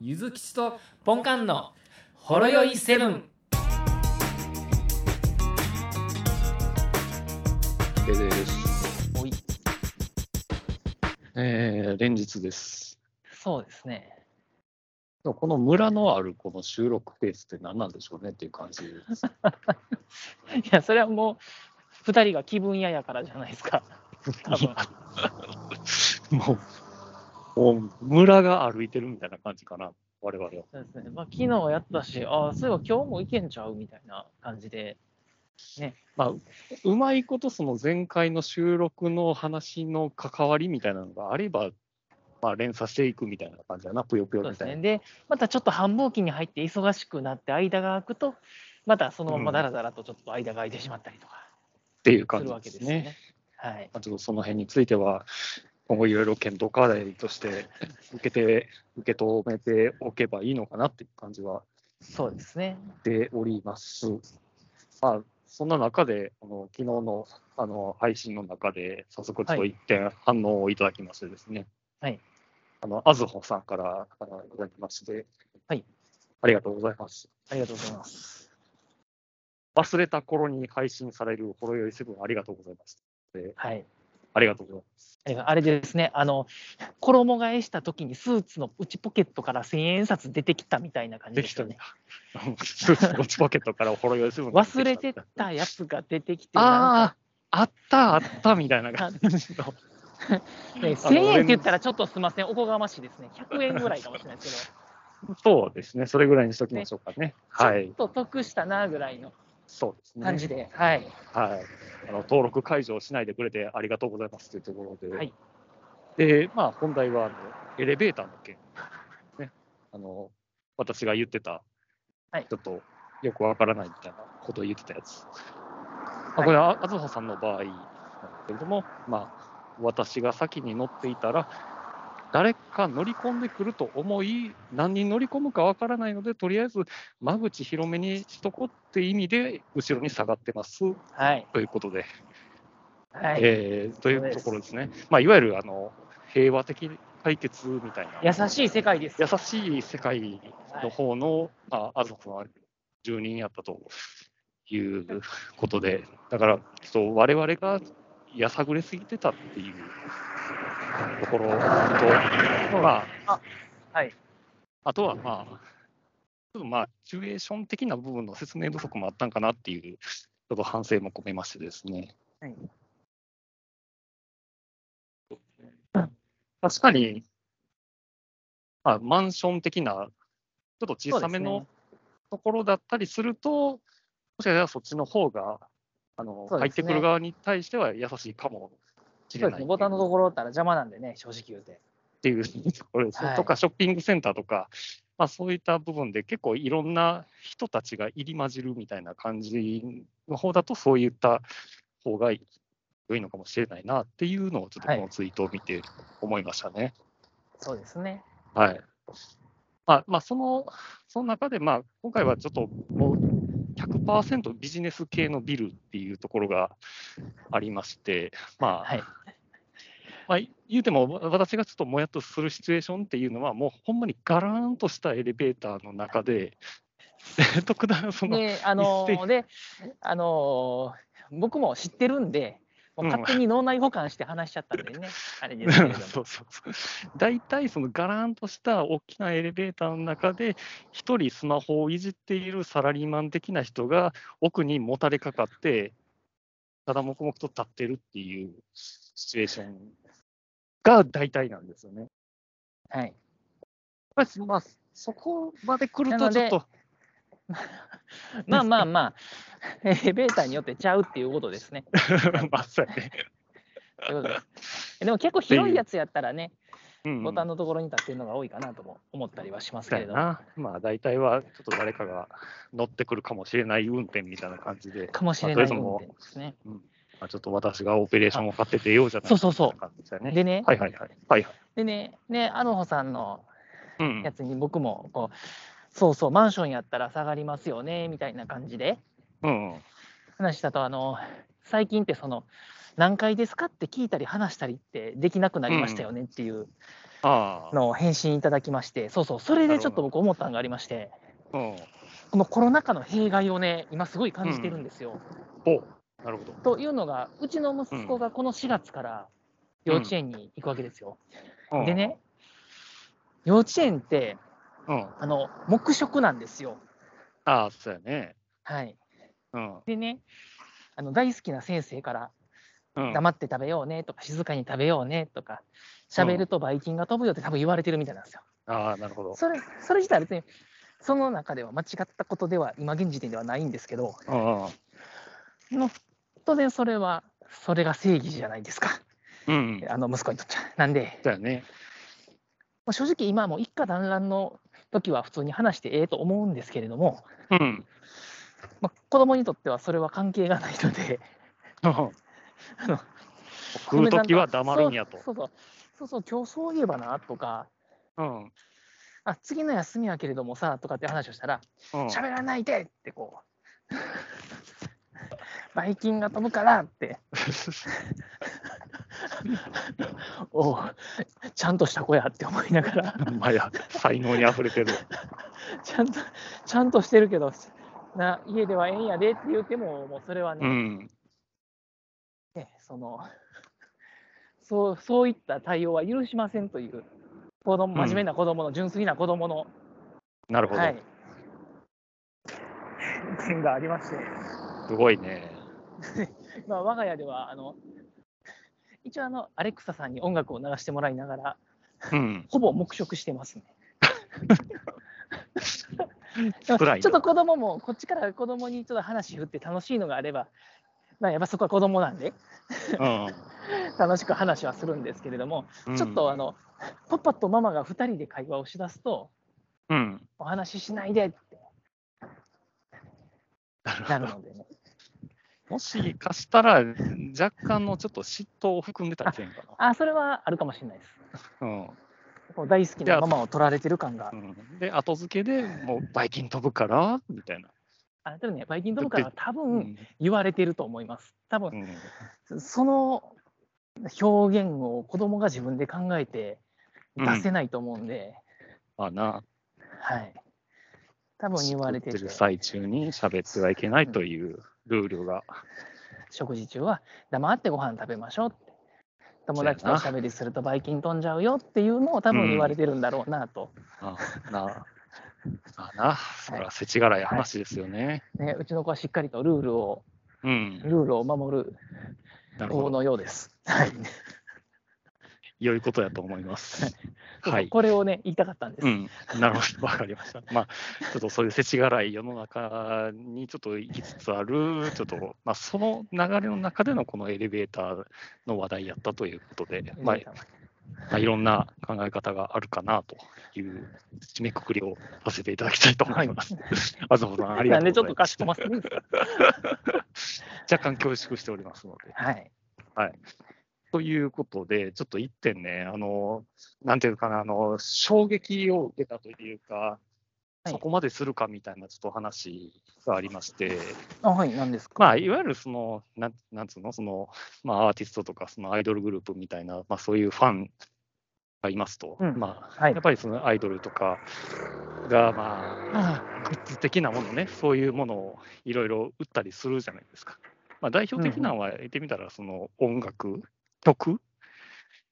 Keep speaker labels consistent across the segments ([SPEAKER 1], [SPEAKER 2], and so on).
[SPEAKER 1] ゆずきちとポンカンのほろよいセブン。
[SPEAKER 2] デデです。
[SPEAKER 1] おい、
[SPEAKER 2] えー、連日です。
[SPEAKER 1] そうですね。
[SPEAKER 2] でもこの村のあるこの収録ペースって何なんでしょうねっていう感じです。
[SPEAKER 3] いや、それはもう、2人が気分嫌やからじゃないで すか。多分
[SPEAKER 2] もう、もう村が歩いてるみたいな感じかな、我々は。
[SPEAKER 3] そうですね。まあ、昨日やったし、ああ、そういえば今日も行けんちゃうみたいな感じで。
[SPEAKER 2] まあ、うまいことその前回の収録の話の関わりみたいなのがあれば、まあ、連鎖していくみたいな感じだな、ぷよ
[SPEAKER 3] そ
[SPEAKER 2] ぷよ
[SPEAKER 3] う
[SPEAKER 2] み
[SPEAKER 3] です
[SPEAKER 2] たい
[SPEAKER 3] ね。
[SPEAKER 2] な。
[SPEAKER 3] で、またちょっと繁忙期に入って忙しくなって、間が空くと、またそのままだらだらとちょっと間が空いてしまったりとか
[SPEAKER 2] っていう
[SPEAKER 3] す
[SPEAKER 2] 感
[SPEAKER 3] る
[SPEAKER 2] じ
[SPEAKER 3] わ
[SPEAKER 2] で
[SPEAKER 3] けですすよ
[SPEAKER 2] ね。
[SPEAKER 3] ね。はい。
[SPEAKER 2] まあちょっとその辺については、今後いろいろ検討課題 として受けて、受け止めておけばいいのかなっていう感じは
[SPEAKER 3] そうですね。
[SPEAKER 2] しております。まあ、そんな中で、あの昨日のあの配信の中で、早速ちょっと一点反応をいただきましてですね、
[SPEAKER 3] はい、
[SPEAKER 2] あのあずほさんからあのいただきまして、
[SPEAKER 3] はい、
[SPEAKER 2] ありがとうございます。
[SPEAKER 3] ありがとうございます。
[SPEAKER 2] 忘れた頃に配信されるほろよいセブンありがとうございます。
[SPEAKER 3] はい。
[SPEAKER 2] ありがとうござ います。
[SPEAKER 3] えあれですね、あの、衣替えした時にスーツの内ポケットから千円札出てきたみたいな感じ
[SPEAKER 2] で
[SPEAKER 3] で
[SPEAKER 2] き
[SPEAKER 3] す
[SPEAKER 2] た
[SPEAKER 3] よ
[SPEAKER 2] ね
[SPEAKER 3] ね。。
[SPEAKER 2] スーツの内ポケットからほろよいセブンが出
[SPEAKER 3] 忘
[SPEAKER 2] き
[SPEAKER 3] れ
[SPEAKER 2] た
[SPEAKER 3] てたやつが出てきて、なんか
[SPEAKER 2] ああ、あったあったみたいな感じの。
[SPEAKER 3] ね、1000円って言ったらちょっとすみません、おこがましいですね。100円ぐらいかもしれないですけ
[SPEAKER 2] そうですね、それぐらいにしときましょうかね。
[SPEAKER 3] ど、
[SPEAKER 2] は
[SPEAKER 3] ちょ
[SPEAKER 2] い
[SPEAKER 3] っ、と得したなぐらいの
[SPEAKER 2] そうですね。
[SPEAKER 3] 感じで、はい。
[SPEAKER 2] はい、あの登録解除しないでくれてありがとうございますというところで、
[SPEAKER 3] はい
[SPEAKER 2] でまあ、本題はあのエレベーターの件、ね、あの私が言ってた、
[SPEAKER 3] はい
[SPEAKER 2] ちょっとよくわからないみたいなことを言ってたやつ、まあ、これはあずほさんの場合なんですけれども、まあ、私が先に乗っていたら誰か乗り込んでくると思い何人乗り込むかわからないのでとりあえず間口広めにしとこうって意味で後ろに下がってます
[SPEAKER 3] はい。
[SPEAKER 2] ということで、
[SPEAKER 3] はい
[SPEAKER 2] えーというところですね、まあ、いわゆるあの平和的解決みたいな、
[SPEAKER 3] 優しい世界です。
[SPEAKER 2] 優しい世界の方の、まあ、あずほは住人やったということで、だから、そう我々がやさぐれすぎてたっていうところと、まあ、
[SPEAKER 3] あはい
[SPEAKER 2] あとは、まあ、ちょっとまあ、シチュエーション的な部分の説明不足もあったんかなっていう、ちょっと反省も込めましてですね。
[SPEAKER 3] はい
[SPEAKER 2] 確かに、まあ、マンション的な、ちょっと小さめ
[SPEAKER 3] そう
[SPEAKER 2] の
[SPEAKER 3] ですね
[SPEAKER 2] ところだったりすると、もしかしたらそっちの方が、あの
[SPEAKER 3] そうですね
[SPEAKER 2] 入ってくる側に対しては優しいかも
[SPEAKER 3] そ
[SPEAKER 2] しれ
[SPEAKER 3] うで
[SPEAKER 2] な
[SPEAKER 3] す
[SPEAKER 2] い
[SPEAKER 3] ね、ボタンのところだったら邪魔なんでね、正直言うて。
[SPEAKER 2] っていうところですね、
[SPEAKER 3] はい
[SPEAKER 2] とか、ショッピングセンターとか、まあ、そういった部分で結構いろんな人たちが入り混じるみたいな感じの方だと、そういった方が良いのかもしれないなっていうのを、ちょっと
[SPEAKER 3] は
[SPEAKER 2] こ
[SPEAKER 3] い
[SPEAKER 2] のツイートを見て思いましたね。
[SPEAKER 3] そうですね。
[SPEAKER 2] はい。まあ、まあ、その、その中で、まあ、今回はちょっともう100%ビジネス系のビルっていうところがありまして、まあ、
[SPEAKER 3] はい。
[SPEAKER 2] まあ、言うても、わ私がちょっともやっとするシチュエーションっていうのは、もうほんまにガラーンとしたエレベーターの中で、 で特段 その、
[SPEAKER 3] で、あの
[SPEAKER 2] 一斉
[SPEAKER 3] ーで、あのー僕も知ってるんで、もう勝手に脳内保管して話しちゃったんでね、 あれですけれども。
[SPEAKER 2] そうそうそう。大体そのガラーンとした大きなエレベーターの中で、一人スマホをいじっているサラリーマン的な人が奥にもたれかかって、ただ黙々と立ってるっていうシチュエーションが大体なんですよね。
[SPEAKER 3] はい。
[SPEAKER 2] やっぱりまあ、そこまで来る
[SPEAKER 3] な
[SPEAKER 2] と
[SPEAKER 3] の
[SPEAKER 2] ちょ
[SPEAKER 3] で
[SPEAKER 2] っと、
[SPEAKER 3] まあまあ まあ、エレベーターによってちゃうっていうことですね。
[SPEAKER 2] まあ、そうやね。
[SPEAKER 3] そういうことですでも結構広いやつやったらね、
[SPEAKER 2] うんうん
[SPEAKER 3] ボタンのところに立ってるのが多いかなとも思ったりはします
[SPEAKER 2] そ
[SPEAKER 3] けれ
[SPEAKER 2] う
[SPEAKER 3] ど
[SPEAKER 2] や
[SPEAKER 3] も、
[SPEAKER 2] な。まあ、大体はちょっと誰かが乗ってくるかもしれない運転みたいな感じで、
[SPEAKER 3] かもしれない
[SPEAKER 2] まあ
[SPEAKER 3] 運
[SPEAKER 2] とりあえ
[SPEAKER 3] 転ですね。
[SPEAKER 2] まあ、ちょっと私がオペレーションを買っててようじゃない
[SPEAKER 3] そうそうそう
[SPEAKER 2] みたいな感じだよね。
[SPEAKER 3] でね、
[SPEAKER 2] はいはいはい。はいはい。
[SPEAKER 3] でね、ね、あのほさんの
[SPEAKER 2] うんう
[SPEAKER 3] や
[SPEAKER 2] ん
[SPEAKER 3] つに僕もこう、そうそう、マンションやったら下がりますよね、みたいな感じで
[SPEAKER 2] うんうん。
[SPEAKER 3] 話したと、あの、最近ってその何回ですかって聞いたり話したりってできなくなりましたよねっていう
[SPEAKER 2] ああ、
[SPEAKER 3] のを返信いただきまして、そうそうそれでちょっと僕思ったのがありまして
[SPEAKER 2] うん。
[SPEAKER 3] このコロナ禍の弊害をね今すごい感じてるんですよ。
[SPEAKER 2] おなるほど。
[SPEAKER 3] というのがうちの息子がこの4月から幼稚園に行くわけですよ。
[SPEAKER 2] うん
[SPEAKER 3] で。ね幼稚園って
[SPEAKER 2] うん。あ
[SPEAKER 3] あの黙食なんですよ。
[SPEAKER 2] あ、そうやね。
[SPEAKER 3] はい、
[SPEAKER 2] うん。
[SPEAKER 3] でねあの大好きな先生から
[SPEAKER 2] うん。
[SPEAKER 3] 黙って食べようねとか静かに食べようねとか喋るとばい菌が飛ぶよって多分言われてるみたいなんですよ。
[SPEAKER 2] ああ、なるほど。
[SPEAKER 3] それそれ自体は別にその中では間違ったことでは今現時点ではないんですけど
[SPEAKER 2] うんうん。
[SPEAKER 3] の当然それはそれが正義じゃないですか
[SPEAKER 2] うん。
[SPEAKER 3] あの息子にとっちゃ。なんで
[SPEAKER 2] そうやね。
[SPEAKER 3] まあ正直今もう一家団らんの時は普通に話してええと思うんですけれども、
[SPEAKER 2] うん。
[SPEAKER 3] まあ、子供にとってはそれは関係がないのでの
[SPEAKER 2] 食うときは黙るんやと。
[SPEAKER 3] そうそうそうそうそう今日そういえばなとか
[SPEAKER 2] うん。うん。
[SPEAKER 3] あ次の休みやけれどもさとかって話をしたら喋らないでってこ うばい菌が飛ぶからって おうちゃんとした子やって思いながら
[SPEAKER 2] まあや、才能に溢れてる。
[SPEAKER 3] ちゃんとちゃんとしてるけどな家ではええんやでって言ってももうそれはね、
[SPEAKER 2] うん。
[SPEAKER 3] ね、そのそうそういった対応は許しませんという子供
[SPEAKER 2] うん
[SPEAKER 3] 真面目な子供の、純粋な子供の、
[SPEAKER 2] なるほど。
[SPEAKER 3] はい、 意見がありまして、
[SPEAKER 2] すごいね。
[SPEAKER 3] まあ、我が家ではあの一応あのアレクサさんに音楽を流してもらいながら
[SPEAKER 2] うん。
[SPEAKER 3] ほぼ黙食して ますね。 ちょっ
[SPEAKER 2] 辛いな
[SPEAKER 3] と子供もこっちから子供にちょっと話振って楽しいのがあれば、まあ、やっぱそこは子供なんで楽しく話はするんですけれども、
[SPEAKER 2] うん。
[SPEAKER 3] ちょっとあ、のパパとママが2人で会話をしだすと
[SPEAKER 2] うん。
[SPEAKER 3] お話ししないでってなるので ね。
[SPEAKER 2] もしかしたら、若干のちょっと嫉妬を含んでたりせんか
[SPEAKER 3] あそれはあるかもしれないです。
[SPEAKER 2] な。うん。
[SPEAKER 3] こう大好きなママを取られてる感が
[SPEAKER 2] う。んで、後付けでもう、バイキン飛ぶから、みたいな。
[SPEAKER 3] あでもね、バイキンドルからは多分
[SPEAKER 2] ん。
[SPEAKER 3] 言われてると思います。多
[SPEAKER 2] う
[SPEAKER 3] 分
[SPEAKER 2] ん
[SPEAKER 3] その表現を子供が自分で考えて出せないと思うんで、
[SPEAKER 2] まあな、
[SPEAKER 3] はい。多分言われて
[SPEAKER 2] 作って
[SPEAKER 3] て
[SPEAKER 2] る、最中に喋ってはいけないというルールが。
[SPEAKER 3] 食事中は黙ってご飯食べましょうって。友達とおしゃべりするとバイキン飛んじゃうよっていうのを多分言われてるんだろうなと。
[SPEAKER 2] あなあ、なあ、それは世知辛い話ですよね。
[SPEAKER 3] ね、うちの子はしっかりとルールを、
[SPEAKER 2] うん。
[SPEAKER 3] ルールを守る
[SPEAKER 2] なる
[SPEAKER 3] 子
[SPEAKER 2] ほど。
[SPEAKER 3] のようです。はい。
[SPEAKER 2] 良いことやと思 います。はい。
[SPEAKER 3] これをね、言いたかったんです。
[SPEAKER 2] うん、なるほど、わかりました。まあ、ちょっとそういう世知辛い世の中にちょっと行きつつある、ちょっと、まあ、その流れの中でのこのエレベーターの話題やったということで、まあ、まあ、いろんな考え方があるかなという締めくくりをさせていただきたいと思います。あずほさん、あり
[SPEAKER 3] な
[SPEAKER 2] が
[SPEAKER 3] ん
[SPEAKER 2] とう
[SPEAKER 3] でちょ
[SPEAKER 2] ご
[SPEAKER 3] っと
[SPEAKER 2] ざいま
[SPEAKER 3] か
[SPEAKER 2] す
[SPEAKER 3] し。こまってるんですか。
[SPEAKER 2] 若干恐縮しておりますので。
[SPEAKER 3] はい。
[SPEAKER 2] ということで、ちょっと一点ね、あの、なんていうかな、あの、衝撃を受けたというか、
[SPEAKER 3] はい
[SPEAKER 2] そこまでするかみたいなちょっとお話があり まして、
[SPEAKER 3] あ、はい、なんですか。
[SPEAKER 2] まあ、いわゆるその、なんなんつうの、その、まあ、アーティストとか、そのアイドルグループみたいな、まあ、そういうファンがいますと、
[SPEAKER 3] うん
[SPEAKER 2] まあ、
[SPEAKER 3] はい
[SPEAKER 2] やっぱりそのアイドルとかが、まあ、グッズ的なものね、そういうものをいろいろ売ったりするじゃないですか。まあ、代表的なのは、言ってみたら、その音楽、曲、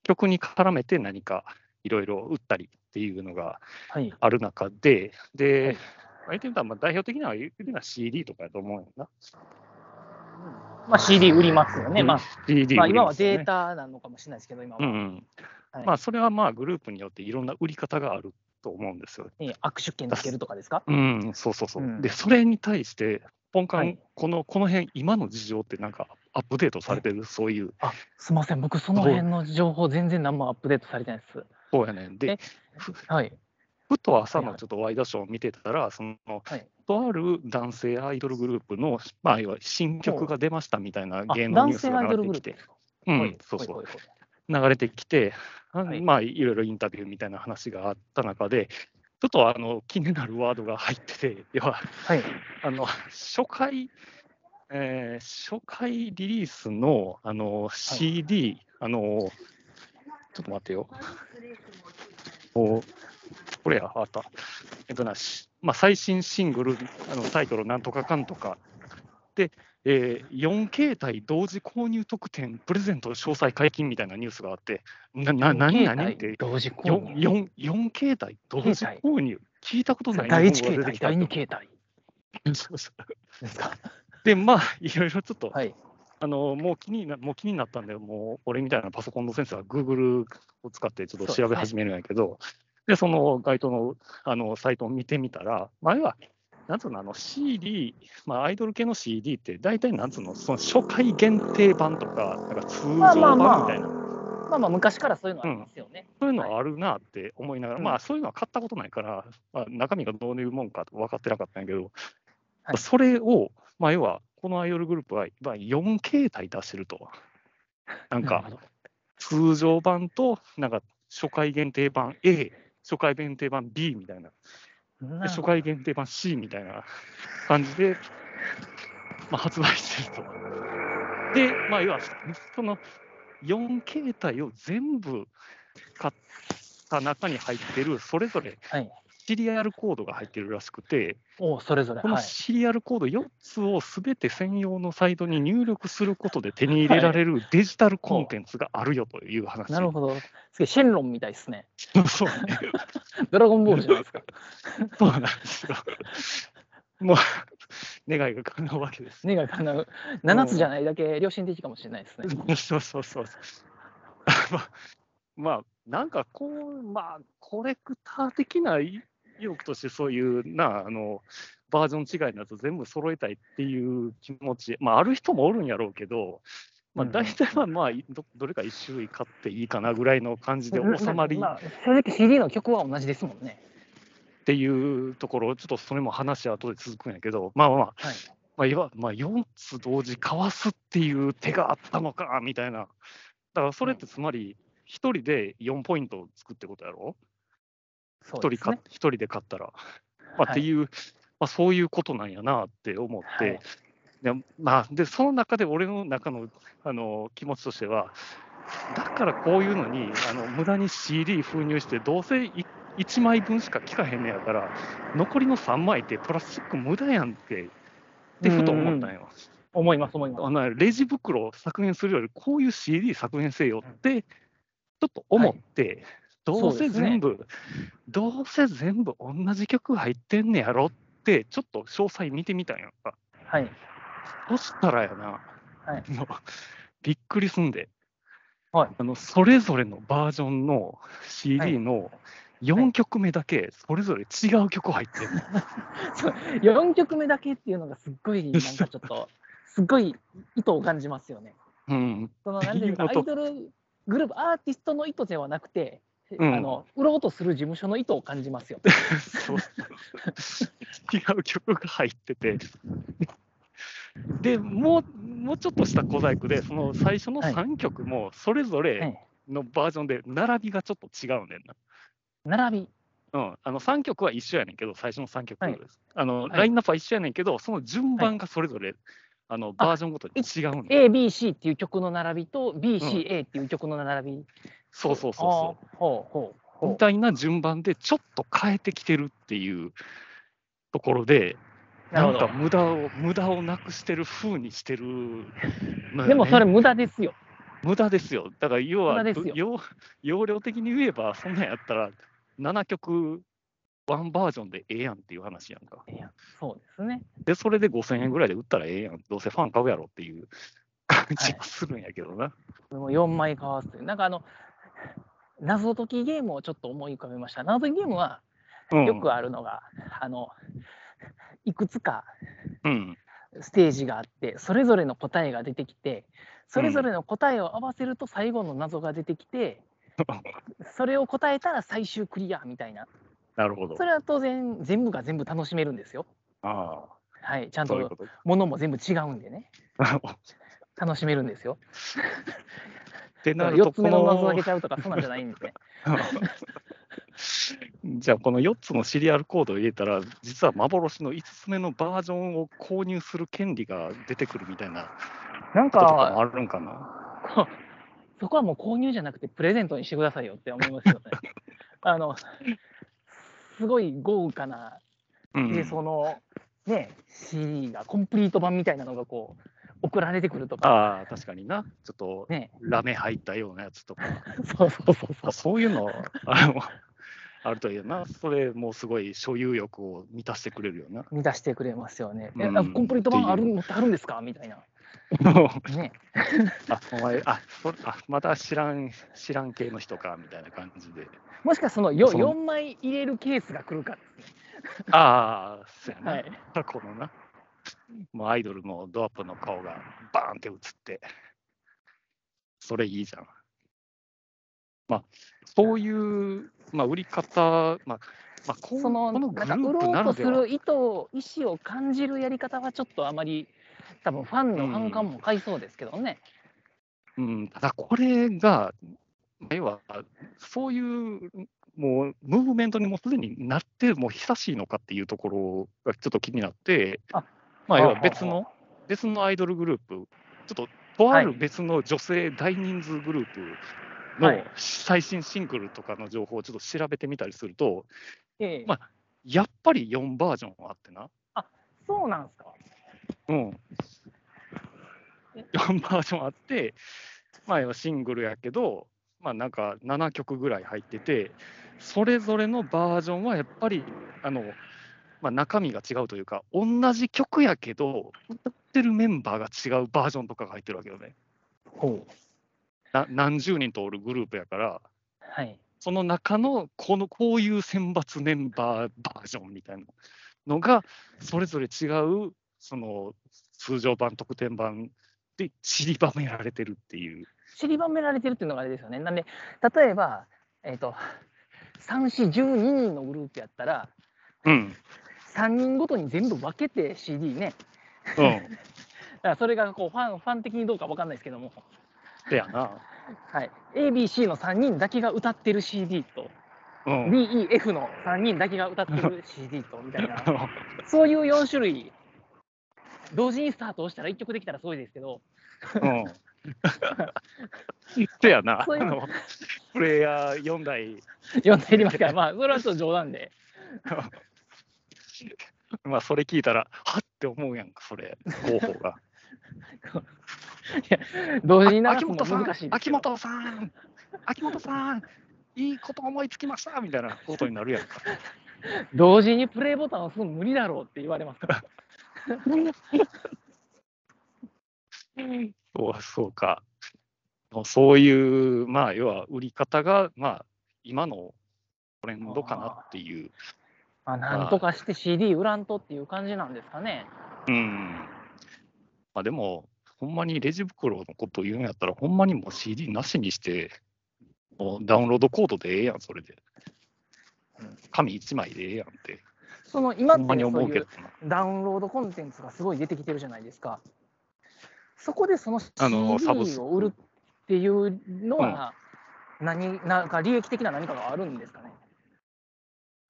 [SPEAKER 2] 曲に絡めて何かいろいろ売ったりっていうのが
[SPEAKER 3] はい。
[SPEAKER 2] ある中で、で、言ってみたら、まあ代表的なのは言うてみたら CD とかやと思うんやな。
[SPEAKER 3] まあ、CD 売りますよね。
[SPEAKER 2] うん
[SPEAKER 3] まあ、
[SPEAKER 2] CD
[SPEAKER 3] まあ、
[SPEAKER 2] 売り
[SPEAKER 3] 今
[SPEAKER 2] ま
[SPEAKER 3] は
[SPEAKER 2] すよね
[SPEAKER 3] データなのかもしれないですけど、今
[SPEAKER 2] うんう
[SPEAKER 3] は。
[SPEAKER 2] ん
[SPEAKER 3] はい
[SPEAKER 2] まあそれはまあグループによっていろんな売り方があると思うんですよ。
[SPEAKER 3] ね握手券つけるとかですか。
[SPEAKER 2] うん、そうそうそう。
[SPEAKER 3] うん
[SPEAKER 2] で、それに対して、ポンカン、
[SPEAKER 3] はい
[SPEAKER 2] このこの辺、今の事情ってなんかアップデートされてる、そういう、
[SPEAKER 3] あ、すみません。僕その辺の情報全然何もアップデートされてないです。
[SPEAKER 2] こうやねん。で
[SPEAKER 3] え、はい。
[SPEAKER 2] ふと朝
[SPEAKER 3] はい
[SPEAKER 2] の
[SPEAKER 3] はい
[SPEAKER 2] ちょっとワイドショーを見てたら、その、
[SPEAKER 3] はい
[SPEAKER 2] とある男性アイドルグループの、まあ、要は新曲が出ましたみたいな
[SPEAKER 3] あ
[SPEAKER 2] 芸能
[SPEAKER 3] 男
[SPEAKER 2] ニュース
[SPEAKER 3] 性
[SPEAKER 2] が
[SPEAKER 3] アイド
[SPEAKER 2] 流
[SPEAKER 3] ル
[SPEAKER 2] れ
[SPEAKER 3] グ
[SPEAKER 2] て
[SPEAKER 3] ル
[SPEAKER 2] き
[SPEAKER 3] ープで、す
[SPEAKER 2] て
[SPEAKER 3] か。
[SPEAKER 2] う
[SPEAKER 3] はい
[SPEAKER 2] ん、そうそう
[SPEAKER 3] は。いはいはい
[SPEAKER 2] 流れてきて、あ
[SPEAKER 3] はい
[SPEAKER 2] まあいろいろインタビューみたいな話があった中で、ちょっとあの気になるワードが入ってて、要は
[SPEAKER 3] はい。
[SPEAKER 2] あの初回えー初回リリースのあの CD、あのちょっと待ってよ。おこれや、あった。えっとな、しまあ、最新シングル、あのタイトル、なんとかかんとか。で、えー、4形態同時購入特典、プレゼント詳細解禁みたいなニュースがあって、な、な、なになにって、
[SPEAKER 3] 同時購入。
[SPEAKER 2] 4形態同時
[SPEAKER 3] 携
[SPEAKER 2] 購入。聞いたことない
[SPEAKER 3] 第一
[SPEAKER 2] 日本
[SPEAKER 3] 形
[SPEAKER 2] 語が出
[SPEAKER 3] 態、
[SPEAKER 2] てきた
[SPEAKER 3] 第二形態
[SPEAKER 2] そうそう
[SPEAKER 3] ですか。
[SPEAKER 2] で、まあ、 いろいろちょっと、
[SPEAKER 3] はい。
[SPEAKER 2] あのもう気になもう気になったんで、もう俺みたいなパソコンのセンスは Google を使ってちょっと調べ始めるんやけど、で,、その該当のあのサイトを見てみたら、前は、なんつうの、あの CD、まあ、アイドル系の CD って、大体なんつうの、その初回限定版とか、なんか通常
[SPEAKER 3] まあまあまあ
[SPEAKER 2] 版みたいな、
[SPEAKER 3] まあまあ、昔からそういうのありますよね。
[SPEAKER 2] そういうのはあるなって思いながら、
[SPEAKER 3] はい
[SPEAKER 2] まあそういうのは買ったことないから、まあ、中身がどういうもんか分かってなかったんやけど、
[SPEAKER 3] はい
[SPEAKER 2] それを、まあ、要はこのアイドルグループはまあ4形態出してると。なん
[SPEAKER 1] なる
[SPEAKER 2] か
[SPEAKER 1] ほど
[SPEAKER 2] 通常版と、なんか初回限定版 A、初回限定版 B みたいな、で初回限定版 C みたいな感じで、まあ、発売してると。で、まあ、要は、その4形態を全部買った中に入ってる、それぞれ
[SPEAKER 3] はい。
[SPEAKER 2] シリアルコードが入ってるらしくて、
[SPEAKER 3] おそれぞれ。
[SPEAKER 2] この
[SPEAKER 3] はい。
[SPEAKER 2] シリアルコード4つをすべて専用のサイトに入力することで手に入れられるデジタルコンテンツがあるよという話。
[SPEAKER 3] なるほど。すげえ、シェンロンみたいですね。
[SPEAKER 2] そうね
[SPEAKER 3] ドラゴンボールじゃないですか。
[SPEAKER 2] そうなんですよ。もう、願いが叶うわけです。
[SPEAKER 3] ねが叶う。7つじゃないだけ良心的かもしれないですね。
[SPEAKER 2] そうそうそうそう。 まあ、まあ、なんかこう、まあ、コレクター的な意欲として、そういうな、あの、バージョン違いのやつ全部揃えたいっていう気持ち、まあ、ある人もおるんやろうけど、ま
[SPEAKER 3] う
[SPEAKER 2] あ、
[SPEAKER 3] んうんう
[SPEAKER 2] 大
[SPEAKER 3] ん
[SPEAKER 2] 体はまあ、どどれか1種類買っていいかなぐらいの感じで収まり
[SPEAKER 3] まあ、正直 CD の曲は同じですもんね。
[SPEAKER 2] っていうところ、ちょっとそれも話は後で続くんやけど、まあまあまあ、
[SPEAKER 3] はい。
[SPEAKER 2] まあ、いわまあ、4つ同時かわすっていう手があったのかみたいな。だからそれってつまり、1人で4ポイントをつくってことやろ
[SPEAKER 3] そ
[SPEAKER 2] ?1
[SPEAKER 3] うで
[SPEAKER 2] 人
[SPEAKER 3] す
[SPEAKER 2] か
[SPEAKER 3] ね。
[SPEAKER 2] 一人で勝ったら。まあ、っ
[SPEAKER 3] は
[SPEAKER 2] て
[SPEAKER 3] い
[SPEAKER 2] いう、まあ、そういうことなんやなって思って、
[SPEAKER 3] はい
[SPEAKER 2] でまあ、でその中で俺の中のあの気持ちとしては、だからこういうのにあの無駄に CD 封入して、どうせい1枚分しか聞かへんねやから、残りの3枚ってプラスチック無駄やんって、ってふと思ったんよ。
[SPEAKER 3] 思います、思います。
[SPEAKER 2] あのレジ袋を削減するより、こういう CD 削減せよって、ちょっと思って、どう
[SPEAKER 3] そう
[SPEAKER 2] せ
[SPEAKER 3] ですね
[SPEAKER 2] 全部、どうせ全部同じ曲入ってんねやろって、ちょっと詳細見てみたんやんか。
[SPEAKER 3] はい。
[SPEAKER 2] そしたらやな、
[SPEAKER 3] は
[SPEAKER 2] もうびっくりすんで、
[SPEAKER 3] はい
[SPEAKER 2] あの、それぞれのバージョンの CD の4曲目だけ、それぞれ違う曲入ってんの。
[SPEAKER 3] 4曲目だけっていうのがすっご い、なんかちょっと、すっごい意図を感じますよね。
[SPEAKER 2] うん、
[SPEAKER 3] その、なんていうか、
[SPEAKER 2] い
[SPEAKER 3] ア
[SPEAKER 2] いこ
[SPEAKER 3] イド
[SPEAKER 2] と
[SPEAKER 3] ルグループ、アーティストの意図ではなくて、
[SPEAKER 2] うん
[SPEAKER 3] あの売ろうとする事務所の意図を感じますよ。
[SPEAKER 2] そう違う曲が入ってて。でもうもうちょっとした小細工で、その最初の
[SPEAKER 3] はい
[SPEAKER 2] 3曲もそれぞ
[SPEAKER 3] は
[SPEAKER 2] れ
[SPEAKER 3] い
[SPEAKER 2] のバージョンで並びがちょっと違うねんな。
[SPEAKER 3] 並び、
[SPEAKER 2] うん、あの3曲は一緒やねんけど、最初の3曲、
[SPEAKER 3] はい
[SPEAKER 2] あの
[SPEAKER 3] はい
[SPEAKER 2] ラインナップは一緒やねんけど、その順番がそれぞれ、あのバージョンごとに違うねん。
[SPEAKER 3] A、B、C っていう曲の並びと、B、
[SPEAKER 2] う
[SPEAKER 3] C、A っていう曲の並び。
[SPEAKER 2] そうそうそうそう。
[SPEAKER 3] う。ほうほうほ
[SPEAKER 2] み
[SPEAKER 3] う。
[SPEAKER 2] たいな順番でちょっと変えてきてるっていうところで、
[SPEAKER 3] な
[SPEAKER 2] な
[SPEAKER 3] る
[SPEAKER 2] ん
[SPEAKER 3] ほ
[SPEAKER 2] か
[SPEAKER 3] ど。
[SPEAKER 2] 無駄を無駄をなくしてる風に してるのよね、
[SPEAKER 3] でもそれ無駄ですよ。
[SPEAKER 2] 無駄ですよ。だから要は
[SPEAKER 3] 無駄ですよ
[SPEAKER 2] 要容量的に言えばそんなんやったら7曲ワンバージョンでええやんっていう話やんか。
[SPEAKER 3] いやそうですね。
[SPEAKER 2] でそれで5000円ぐらいで売ったらええやん。どうせファン買うやろっていう感じがするんやけどな。
[SPEAKER 3] もう4枚買わすという。なんかあの、謎解きゲームをちょっと思い浮かべました。謎解きゲームは
[SPEAKER 2] うん
[SPEAKER 3] よくあるのが、あの、いくつか
[SPEAKER 2] うん
[SPEAKER 3] ステージがあってそれぞれの答えが出てきてそれぞれの答えを合わせると最後の謎が出てきて、それを答えたら最終クリアみたいな
[SPEAKER 2] なるほど
[SPEAKER 3] そ。れは当然全部が全部楽しめるんですよ
[SPEAKER 2] あ
[SPEAKER 3] はいちゃ
[SPEAKER 2] あ、
[SPEAKER 3] ん
[SPEAKER 2] そういうこと と。
[SPEAKER 3] ものも全部違うんでね楽しめるんですよ
[SPEAKER 2] ってなる
[SPEAKER 3] 4
[SPEAKER 2] と
[SPEAKER 3] つ
[SPEAKER 2] こ
[SPEAKER 3] 目の
[SPEAKER 2] の
[SPEAKER 3] 謎を開けちゃうとかそんなんじゃないんですね
[SPEAKER 2] じゃあ、この4つのシリアルコードを入れたら、実は幻の5つ目のバージョンを購入する権利が出てくるみたいな
[SPEAKER 3] なん
[SPEAKER 2] こととかも
[SPEAKER 3] か、
[SPEAKER 2] あるんかな。
[SPEAKER 3] こうそこはもう購入じゃなくてプレゼントにしてくださいよって思い ますよね。あの、すごい豪華な、
[SPEAKER 2] うん
[SPEAKER 3] で、その、ね、CD がコンプリート版みたいなのがこう、送られてくるとか、
[SPEAKER 2] ああ、確かにな。ちょっと
[SPEAKER 3] ね、
[SPEAKER 2] ラメ入ったようなやつとか、
[SPEAKER 3] そうそうそうそう
[SPEAKER 2] あ。そういうのあのあるといいよな。それもうすごい所有欲を満たしてくれるよ な。
[SPEAKER 3] 満たしてくれますよね。え
[SPEAKER 2] うん
[SPEAKER 3] あコンプリート版ある
[SPEAKER 2] って
[SPEAKER 3] 持ってあるんですかみたいな。ね、
[SPEAKER 2] あ、お前、あ、そあまた知らん、知らん系の人か、みたいな感 じで。
[SPEAKER 3] もしかその 4,
[SPEAKER 2] そう
[SPEAKER 3] 4枚入れるケースが来るかです
[SPEAKER 2] ああ、そうや
[SPEAKER 3] ね。
[SPEAKER 2] な。
[SPEAKER 3] はい、
[SPEAKER 2] このな、もうアイドルのドアップの顔がバーンって映って、それいいじゃん。まあ、そういう、まあ、売り方、まあ、まあ、こう
[SPEAKER 3] その
[SPEAKER 2] こ
[SPEAKER 3] な
[SPEAKER 2] の
[SPEAKER 3] ん
[SPEAKER 2] グル
[SPEAKER 3] か
[SPEAKER 2] ー
[SPEAKER 3] 売
[SPEAKER 2] プ
[SPEAKER 3] ろ
[SPEAKER 2] な
[SPEAKER 3] う
[SPEAKER 2] ら
[SPEAKER 3] とす
[SPEAKER 2] では
[SPEAKER 3] る意図を意思を感じるやり方はちょっとあまり多分ファンの反感も買いそうですけどね。
[SPEAKER 2] うん、ただこれが、要は、そういう、もう、ムーブメントにもうすでになって、もう久しいのかっていうところがちょっと気になって、
[SPEAKER 3] あ
[SPEAKER 2] まあ、要
[SPEAKER 3] はあは
[SPEAKER 2] は
[SPEAKER 3] あ
[SPEAKER 2] 別の、別のアイドルグループ、ちょっと、とあ
[SPEAKER 3] は
[SPEAKER 2] る
[SPEAKER 3] い
[SPEAKER 2] 別の女性大人数グループ
[SPEAKER 3] は
[SPEAKER 2] の
[SPEAKER 3] い
[SPEAKER 2] 最新シングルとかの情報をちょっと調べてみたりすると、
[SPEAKER 3] ええ
[SPEAKER 2] まあやっぱり4バージョンはあってな。
[SPEAKER 3] そうなんですか。
[SPEAKER 2] うん。4バージョン あって、まあ、要はシングルやけど、まあ、なんか7曲ぐらい入ってて、それぞれのバージョンはやっぱり、あのまあ、中身が違うというか、同じ曲やけど、歌ってるメンバーが違うバージョンとかが入ってるわけよね。
[SPEAKER 3] ほう
[SPEAKER 2] な何十人とおるグループやから、
[SPEAKER 3] はい、
[SPEAKER 2] その中のこのこういう選抜メンバーバージョンみたいなのがそれぞれ違うその通常版特典版で散りばめられてるっていう。
[SPEAKER 3] 散りばめられてるっていうのがあれですよね。なんで例えば、えっと3、4、12人のグループやったら
[SPEAKER 2] うん
[SPEAKER 3] 3人ごとに全部分けて CD ね
[SPEAKER 2] うん、
[SPEAKER 3] だからそれがこうファンファン的にどうかわかんないですけども、
[SPEAKER 2] でやな。
[SPEAKER 3] はい、ABC の3人だけが歌ってる CD と、
[SPEAKER 2] うん
[SPEAKER 3] DEF の3人だけが歌ってる CD とみたいな、そういう4種類、同時にスタートをしたら1曲できたらすごいですけ ど、
[SPEAKER 2] うん、でやな。あ
[SPEAKER 3] そういう
[SPEAKER 2] のプレイヤー4台、
[SPEAKER 3] 4台入りますから、まあ、それはちょっと冗談で、
[SPEAKER 2] まあ、それ聞いたら、はっって思うやんか、それ、候補 が。
[SPEAKER 3] 同時に流
[SPEAKER 2] 秋
[SPEAKER 3] すのも
[SPEAKER 2] 元さん
[SPEAKER 3] 難しいです
[SPEAKER 2] 秋
[SPEAKER 3] けど。
[SPEAKER 2] 元さん、秋元さん、いいこと思いつきましたみたいなことになるやんか。
[SPEAKER 3] 同時にプレイボタンを押すの無理だろうって言われますから、
[SPEAKER 2] そうそうか。そういう、まあ、要は売り方が、まあ、今のトレンドかなっていう。
[SPEAKER 3] まあ、なんとかして CD 売らんとっていう感じなんですかね。
[SPEAKER 2] うん。まあ、でも、ほんまにレジ袋のこと言うんやったら、ほんまにもう CD なしにして、もうダウンロードコードでええやん、それで
[SPEAKER 3] うん。
[SPEAKER 2] 紙1枚でええやんって、
[SPEAKER 3] その今
[SPEAKER 2] ほ
[SPEAKER 3] って
[SPEAKER 2] んまに
[SPEAKER 3] そ
[SPEAKER 2] 思
[SPEAKER 3] う
[SPEAKER 2] う
[SPEAKER 3] い
[SPEAKER 2] け
[SPEAKER 3] う
[SPEAKER 2] どな。
[SPEAKER 3] ダウンロードコンテンツがすごい出てきてるじゃないですか。そこでその
[SPEAKER 2] あのサブ
[SPEAKER 3] CD
[SPEAKER 2] ス
[SPEAKER 3] を売るっていうのは、何なんか利益的な何かがあるんですかね。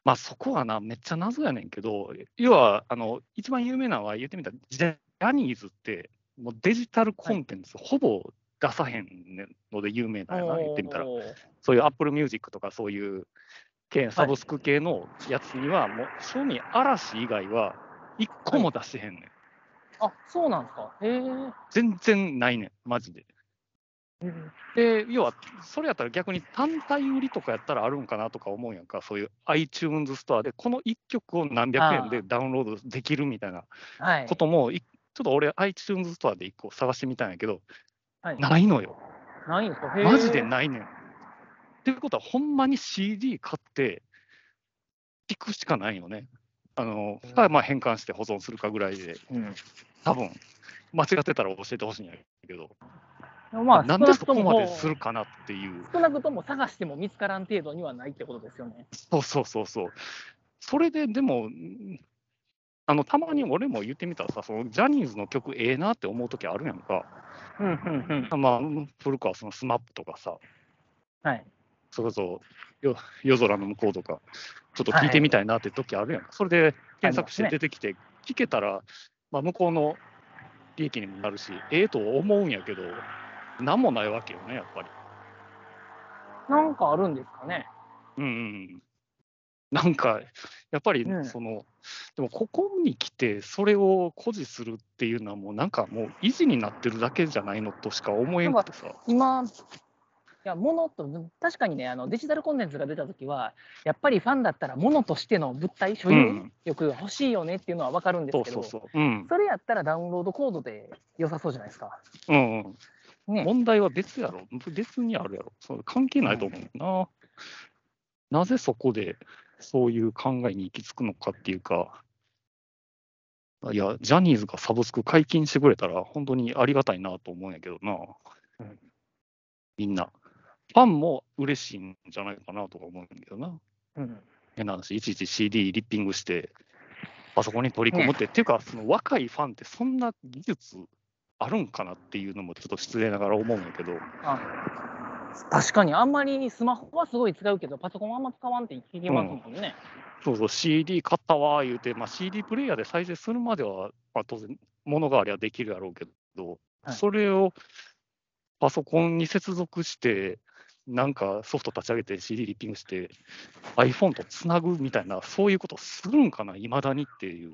[SPEAKER 2] まあそこはな、めっちゃ謎やねんけど、要は、あの、一番有名なのは言ってみたら、ジャニーズって、もうデジタルコンテンツ、ほぼ出さへんねんので有名なんやな、言ってみたら。
[SPEAKER 3] おー
[SPEAKER 2] そういう Apple Music とかそういう系、サブスク系のやつには、もう、正味嵐以外は、一個も出してへんねん。
[SPEAKER 3] あそうなんですか。へえ。
[SPEAKER 2] 全然ないねん、マジで。で、要は、それやったら逆に単体売りとかやったらあるんかなとか思うやんか、そういう iTunes ストアで、この1曲を何百円
[SPEAKER 3] あ
[SPEAKER 2] で
[SPEAKER 3] ー
[SPEAKER 2] ダウンロードできるみたいな
[SPEAKER 3] はい。
[SPEAKER 2] ことも、いちょっと俺、iTunes ストアで1個探してみたんやけど、
[SPEAKER 3] はい、
[SPEAKER 2] ないのよ。
[SPEAKER 3] ないんですか。へー
[SPEAKER 2] マジでないねん。っていうことは、ほんまに CD 買って、聞くしかないよね。あの、
[SPEAKER 3] うん
[SPEAKER 2] かまあ変換して保存するかぐらいで、
[SPEAKER 3] うん
[SPEAKER 2] 多分間違ってたら教えてほしいんやけど、
[SPEAKER 3] でもまあ、
[SPEAKER 2] なんで
[SPEAKER 3] 少
[SPEAKER 2] そ
[SPEAKER 3] なくと
[SPEAKER 2] こ
[SPEAKER 3] も
[SPEAKER 2] までするかなっていう。
[SPEAKER 3] 少なくとも探しても見つからん程度にはないってことですよね。
[SPEAKER 2] そうそうそうそう。それででも、んあのたまに俺も言ってみたらさ、そのジャニーズの曲ええなって思うときあるやんか。
[SPEAKER 3] うんうんうん。
[SPEAKER 2] まあ、古川そのスマップとかさ、
[SPEAKER 3] はい。
[SPEAKER 2] それこそよ夜空の向こうとか、ちょっと聞いてみたいなって時あるやん、それで検索して出てきて、聞けたら、まあ、向こうの利益にもなるし、ええと思うんやけど、なんもないわけよね、やっぱり。
[SPEAKER 3] なんかあるんですかね。
[SPEAKER 2] うんうんうん、なんか、やっぱり
[SPEAKER 3] ね
[SPEAKER 2] その、でもここに来て、それを誇示するっていうのは、もうなんかもう維持になってるだけじゃないのとしか思えんくてさ。
[SPEAKER 3] 今いや物と確かにねあのデジタルコンテンツが出た時はやっぱりファンだったら物としての物体所
[SPEAKER 2] う
[SPEAKER 3] 有
[SPEAKER 2] ん
[SPEAKER 3] 欲が欲しいよねっていうのは分かるんです
[SPEAKER 2] そう
[SPEAKER 3] け
[SPEAKER 2] そ
[SPEAKER 3] ど
[SPEAKER 2] うそう。うん。
[SPEAKER 3] それやったらダウンロードコードで良さそうじゃないですか。
[SPEAKER 2] うんうん。
[SPEAKER 3] ね、
[SPEAKER 2] 問題は別やろ。別にあるやろ。それ関係ないと思うな。なぜそこでそういう考えに行き着くのかっていうか、いや、ジャニーズがサブスク解禁してくれたら、本当にありがたいなと思うんやけどな。みんな。ファンも嬉しいんじゃないかなとか思うんやけどな。
[SPEAKER 3] うん、
[SPEAKER 2] 変な話、いちいち CD リッピングして、パソコンに取り込むって、っていうか、その若いファンってそんな技術あるんかなっていうのもちょっと失礼ながら思うんやけど、
[SPEAKER 3] 確かにあんまりスマホはすごい使うけどパソコンはあんま使わんって聞きますもんね。
[SPEAKER 2] そうそう、CD 買ったわー言うて、まあ、CD プレイヤーで再生するまでは、まあ、当然、物がありゃできるやろうけど、
[SPEAKER 3] はい
[SPEAKER 2] それをパソコンに接続して、なんかソフト立ち上げて CD リッピングして、iPhone とつなぐみたいな、そういうことするんかな、いまだにっていう。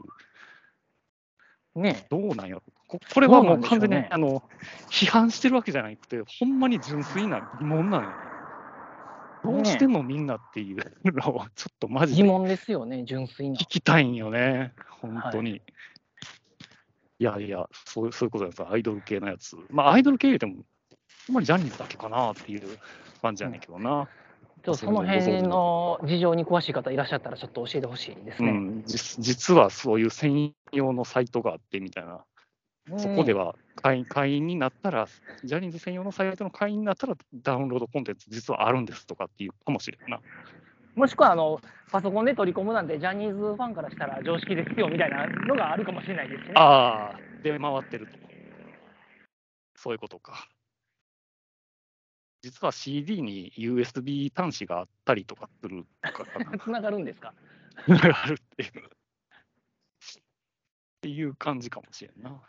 [SPEAKER 3] ね
[SPEAKER 2] どうなんやろここれはも
[SPEAKER 3] どう
[SPEAKER 2] う
[SPEAKER 3] なん
[SPEAKER 2] 完
[SPEAKER 3] でしょう
[SPEAKER 2] 全
[SPEAKER 3] ね
[SPEAKER 2] に、あの批判してるわけじゃなくて、ほんまに純粋な疑問なのよ。どうしてんのみんなっていうのをちょっとマジ
[SPEAKER 3] 疑
[SPEAKER 2] で
[SPEAKER 3] 問ですよね純粋な
[SPEAKER 2] 聞。きたいんよね、本当に。い、やいやそう、そういうことなんですよアイドル系のやつ。まあ、アイドル系でも、あんまりジャニーズだけかなっていう感じやねんけどな。
[SPEAKER 3] ちょっとその辺の事情に詳しい方いらっしゃったらちょっと教えてほしいです
[SPEAKER 2] う
[SPEAKER 3] ね。
[SPEAKER 2] ん、実実はそういう専用のサイトがあってみたいな。そこで
[SPEAKER 3] は
[SPEAKER 2] は会員会員になったら、ジャニーズ専用のサイトの会員になったら、ダウンロードコンテンツ実はあるんですとかっていうかもしれんな。
[SPEAKER 3] もしくはあのパソコンで取り込むなんてジャニーズファンからしたら常識ですよみたいなのがあるかもしれないですね。
[SPEAKER 2] ああ、出回ってると。そういうことか。実は CD に USB 端子があったりとかするとかかな
[SPEAKER 3] つながるんですか。
[SPEAKER 2] あるっていう。っていう感じかもしれんな。
[SPEAKER 3] うん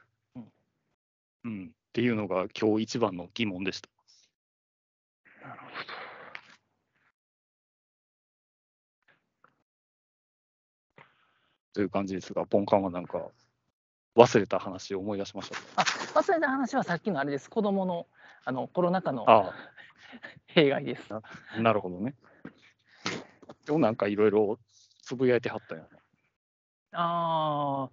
[SPEAKER 2] うん。っていうのが今日一番の疑問でした。という感じですが、ポンカンはなんか忘れた話を思い出しました。
[SPEAKER 3] 忘れた話はさっきのあれです。子供のあのコロナ禍の
[SPEAKER 2] あ
[SPEAKER 3] 弊害です。
[SPEAKER 2] あ、なるほどね。今日なんかいろいろつぶやいてはったんやな。
[SPEAKER 3] あ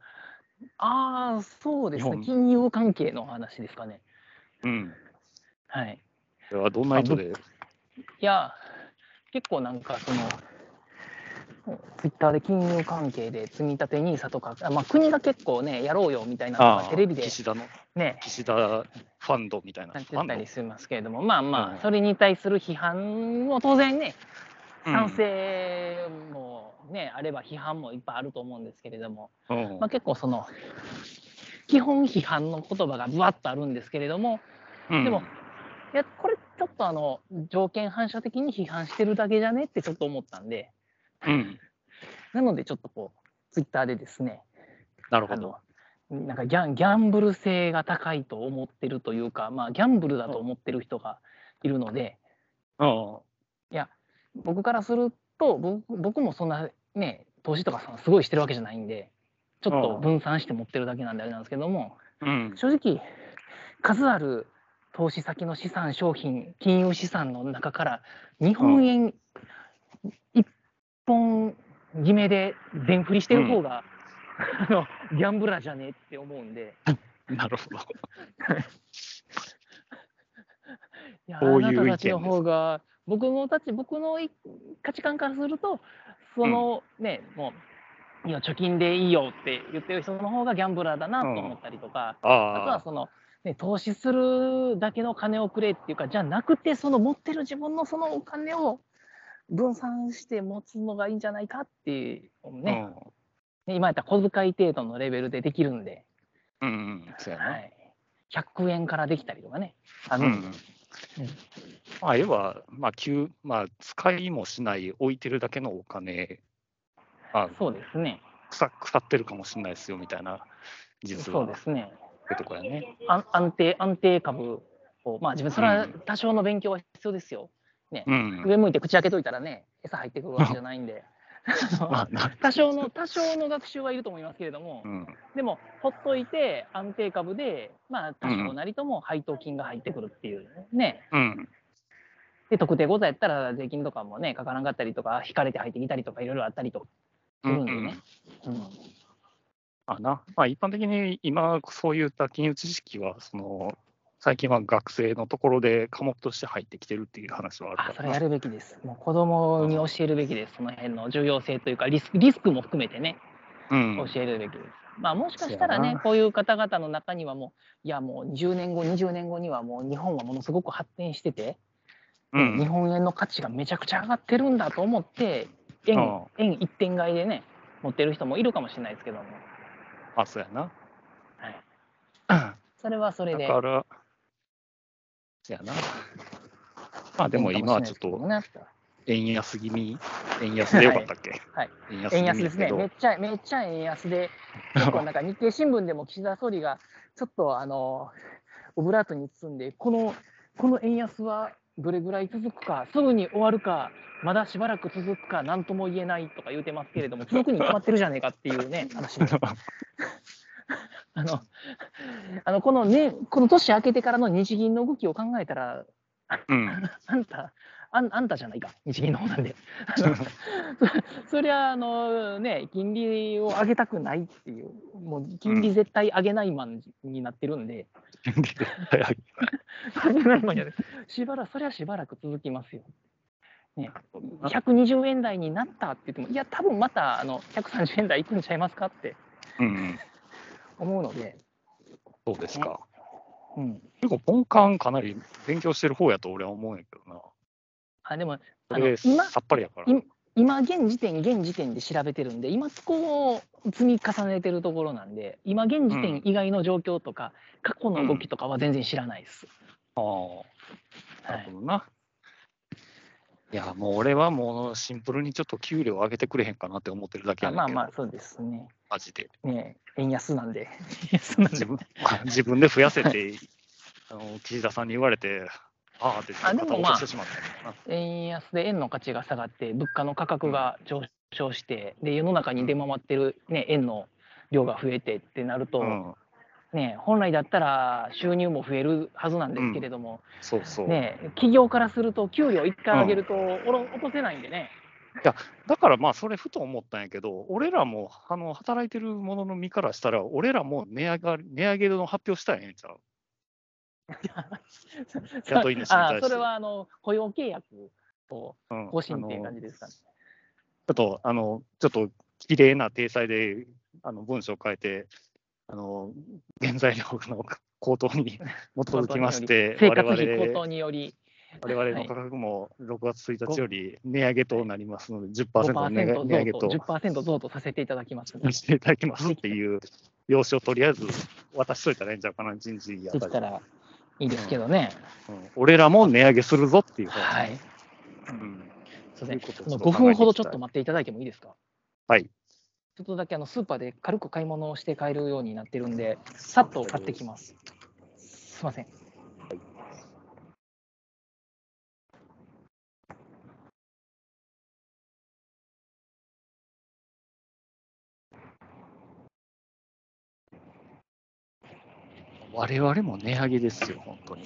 [SPEAKER 3] ーあー、そうです
[SPEAKER 2] 日
[SPEAKER 3] ね。
[SPEAKER 2] 本
[SPEAKER 3] 金融関係の話ですかね。
[SPEAKER 2] うん。
[SPEAKER 3] はい。
[SPEAKER 2] ではどんな意図で
[SPEAKER 3] いや、結構なんかその、ツイッターで金融関係で積み立て NISA とか、あまあ、国が結構ね、やろうよみたいなのが
[SPEAKER 2] ああ
[SPEAKER 3] テレビで
[SPEAKER 2] 岸田の
[SPEAKER 3] ね、
[SPEAKER 2] 岸田ファンドみたいな。
[SPEAKER 3] な
[SPEAKER 2] フ
[SPEAKER 3] って
[SPEAKER 2] ァン
[SPEAKER 3] た
[SPEAKER 2] ド
[SPEAKER 3] りしますけれども、まあま
[SPEAKER 2] うん
[SPEAKER 3] あ、それに対する批判も当然ね、
[SPEAKER 2] うん
[SPEAKER 3] 賛成もね、あれば批判もいっぱいあると思うんですけれども、
[SPEAKER 2] うん
[SPEAKER 3] まあ、結構その、基本批判の言葉がぶわっとあるんですけれども、
[SPEAKER 2] うん
[SPEAKER 3] でもいや、これちょっとあの、条件反射的に批判してるだけじゃねってちょっと思ったんで、
[SPEAKER 2] うん、
[SPEAKER 3] なのでちょっとこうツイッターでですね
[SPEAKER 2] なる
[SPEAKER 3] あ
[SPEAKER 2] ほど
[SPEAKER 3] の。なんかギャンギャンブル性が高いと思ってるというか、まあ、ギャンブルだと思ってる人がいるので
[SPEAKER 2] うん
[SPEAKER 3] 僕からすると僕僕もそんなね投資とかさすごいしてるわけじゃないんでちょっ
[SPEAKER 2] う
[SPEAKER 3] と
[SPEAKER 2] ん
[SPEAKER 3] 分散して持ってるだけなんであれなんですけども
[SPEAKER 2] うん
[SPEAKER 3] 正直数ある投資先の資産商品金融資産の中から日本円一本決めで全振りしてる方が、あのギャンブラーじゃねえって思うんで
[SPEAKER 2] なるほ ど。
[SPEAKER 3] いや
[SPEAKER 2] こういう
[SPEAKER 3] あなたたちの
[SPEAKER 2] 意見です
[SPEAKER 3] 方が僕のたち僕のい価値観からするとその、ねもういいよ貯金でいいよって言ってる人の方がギャンブラーだなと思ったりとか。あとは
[SPEAKER 2] ああ、
[SPEAKER 3] その、ね、投資するだけの金をくれっていうか、じゃなくて、その持ってる自分のそのお金を分散して持つのがいいんじゃないかっていうね、ね今やったら小遣い程度のレベルでできるんで、
[SPEAKER 2] うん。うん、うん、そうやな。
[SPEAKER 3] はい、100円からできたりとかね、あ
[SPEAKER 2] う
[SPEAKER 3] の
[SPEAKER 2] ん、まあ、要は、まあ急まあ、使いもしない、置いてるだけのお金、まあ、
[SPEAKER 3] そうですね。
[SPEAKER 2] 腐腐ってるかもしれないですよみたいな、
[SPEAKER 3] そ
[SPEAKER 2] 実
[SPEAKER 3] う
[SPEAKER 2] は
[SPEAKER 3] で
[SPEAKER 2] っ
[SPEAKER 3] すね。
[SPEAKER 2] てとこやね。
[SPEAKER 3] 安安定安定株をまあ自分それは
[SPEAKER 2] うん
[SPEAKER 3] 多少の勉強は必要ですよ。
[SPEAKER 2] うん。
[SPEAKER 3] 上向いて口開けといたらね餌入ってくるわけじゃないんで。
[SPEAKER 2] まあな
[SPEAKER 3] 多少の多少の学習はいると思いますけれども、
[SPEAKER 2] うん、
[SPEAKER 3] でもほっといて安定株でまあ多
[SPEAKER 2] うんう
[SPEAKER 3] 少
[SPEAKER 2] ん
[SPEAKER 3] なりとも配当金が入ってくるっていうね。
[SPEAKER 2] うん、
[SPEAKER 3] で特定口座やったら税金とかもねかからんかったりとか引かれて入ってきたりとかいろいろあったりと。す
[SPEAKER 2] う
[SPEAKER 3] るん
[SPEAKER 2] ん、
[SPEAKER 3] で
[SPEAKER 2] う
[SPEAKER 3] ね
[SPEAKER 2] ん。
[SPEAKER 3] うん
[SPEAKER 2] あな、まあ、一般的に今、そういった金融知識は、その最近は学生のところで科目として入ってきてるっていう話はあ
[SPEAKER 3] あ
[SPEAKER 2] るか
[SPEAKER 3] そ
[SPEAKER 2] ら
[SPEAKER 3] れや
[SPEAKER 2] な。
[SPEAKER 3] るべきです。もう子供に教えるべきです。その辺の重要性というかリスクリスクも含めてね
[SPEAKER 2] うん、
[SPEAKER 3] 教えるべきです。まあもしかしたら
[SPEAKER 2] そうや
[SPEAKER 3] ね
[SPEAKER 2] な
[SPEAKER 3] こういう方々の中にはもういやもう10年後20年後にはもう日本はものすごく発展してて、
[SPEAKER 2] う
[SPEAKER 3] 日
[SPEAKER 2] ん、
[SPEAKER 3] 本円の価値がめちゃくちゃ上がってるんだと思って円
[SPEAKER 2] あ
[SPEAKER 3] 円一点買いでね持ってる人もいるかもしれないですけども、
[SPEAKER 2] あ、そうやな。
[SPEAKER 3] はい、
[SPEAKER 2] だ
[SPEAKER 3] それはそれで。
[SPEAKER 2] から、そうやな。まあでも
[SPEAKER 3] いいか
[SPEAKER 2] 今は
[SPEAKER 3] し
[SPEAKER 2] ちょ
[SPEAKER 3] れ
[SPEAKER 2] っと
[SPEAKER 3] ないですけどね
[SPEAKER 2] 円安気味、円安でよかったっけ、
[SPEAKER 3] はい
[SPEAKER 2] 円安
[SPEAKER 3] 円
[SPEAKER 2] 気
[SPEAKER 3] 安
[SPEAKER 2] 味
[SPEAKER 3] で
[SPEAKER 2] や
[SPEAKER 3] す
[SPEAKER 2] け
[SPEAKER 3] ね。
[SPEAKER 2] ど
[SPEAKER 3] めっちゃ、めっちゃ円安で、結構なんか日経新聞でも岸田総理が、ちょっとあの、オブラートに包んで、この、この円安はどれぐらい続くか、すぐに終わるか、まだしばらく続くか、なんとも言えないとか言うてますけれども、続くに決まってるじゃねえかっていうね、話もあの、あの、このね、この年明けてからの日銀の動きを考えたら、
[SPEAKER 2] うん、
[SPEAKER 3] あんた、あんあんたじゃないか、日銀の方 なんで。あのそりゃ、あのね、金利を上げたくないっていう、もう金利絶対上げないマンになってるんで、上げないマンじゃない しばらく、そりゃしばらく続きますよ。ね、120円台になったって言っても、いや、多分またあの130円台行くんちゃいますかって
[SPEAKER 2] うん、
[SPEAKER 3] 思うので、
[SPEAKER 2] そうですか。
[SPEAKER 3] うん、
[SPEAKER 2] 結構、ポンカンかなり勉強してる方やと俺は思うんやけどな。
[SPEAKER 3] あでも
[SPEAKER 2] そ
[SPEAKER 3] あの
[SPEAKER 2] れ、
[SPEAKER 3] 今、
[SPEAKER 2] さっぱりやから。
[SPEAKER 3] 今今現時点現時点で調べてるんで今そこを積み重ねてるところなんで今現時点以外の状況とか、過去の動きとかは全然知らないです、
[SPEAKER 2] ああ。
[SPEAKER 3] は
[SPEAKER 2] ないるほどな。いや、もう俺はもうシンプルにちょっと給料上げてくれへんかなって思ってるだけ
[SPEAKER 3] あ
[SPEAKER 2] やねん
[SPEAKER 3] まあ
[SPEAKER 2] けど、
[SPEAKER 3] まあそうですね
[SPEAKER 2] マジで。
[SPEAKER 3] ね円安なんで円安なん
[SPEAKER 2] 自
[SPEAKER 3] で
[SPEAKER 2] 分 自分で増やせて、あの岸田さんに言われて、ああって
[SPEAKER 3] あでもまあ
[SPEAKER 2] 肩を落としてしまったんだな
[SPEAKER 3] 円安で円の価値が下がって物価の価格が上昇してで世の中に出回ってる、ね、円の量が増えてってなると、
[SPEAKER 2] うん、
[SPEAKER 3] ね本来だったら収入も増えるはずなんですけれども、
[SPEAKER 2] そうそう、
[SPEAKER 3] ね企業からすると給料一回上げるとおろ落とせないんでね、
[SPEAKER 2] だからまあ、それふと思ったんやけど、俺らもあの働いてる者の身からしたら、俺らも値上がり値上げの発表したらええんちゃう雇い主に対して
[SPEAKER 3] あそれはあの雇用契約を
[SPEAKER 2] うん
[SPEAKER 3] 更新ってい
[SPEAKER 2] あ
[SPEAKER 3] う
[SPEAKER 2] の
[SPEAKER 3] 感じですかね。
[SPEAKER 2] ちょっと、あの、ちょっと、綺麗な体裁で、あの、文章を変えて、あの、原材料の高騰 に基づきまして、
[SPEAKER 3] 生
[SPEAKER 2] 我
[SPEAKER 3] 活
[SPEAKER 2] 々、
[SPEAKER 3] 費高騰により
[SPEAKER 2] 我々の価格も6月1日より値上げとなりますので、10%の値上げ値上げ
[SPEAKER 3] 5%増
[SPEAKER 2] と
[SPEAKER 3] と10%増とさせていただきますので。
[SPEAKER 2] していただきますっていう要旨をとりあえず渡しといたらええんちゃうかな、人事や
[SPEAKER 3] できたらいいですけどね。
[SPEAKER 2] うん俺らも値上げするぞっていう方針。
[SPEAKER 3] はい。
[SPEAKER 2] うん
[SPEAKER 3] すいません
[SPEAKER 2] ということを
[SPEAKER 3] あの
[SPEAKER 2] ちょっと考え
[SPEAKER 3] 5
[SPEAKER 2] ていきたい
[SPEAKER 3] 分ほどちょっと待っていただいてもいいですか
[SPEAKER 2] はい。
[SPEAKER 3] ちょっとだけあのスーパーで軽く買い物をして買えるようになってるんで、さっと買ってきます。すいません。
[SPEAKER 2] 我々も値上げですよ、本当に。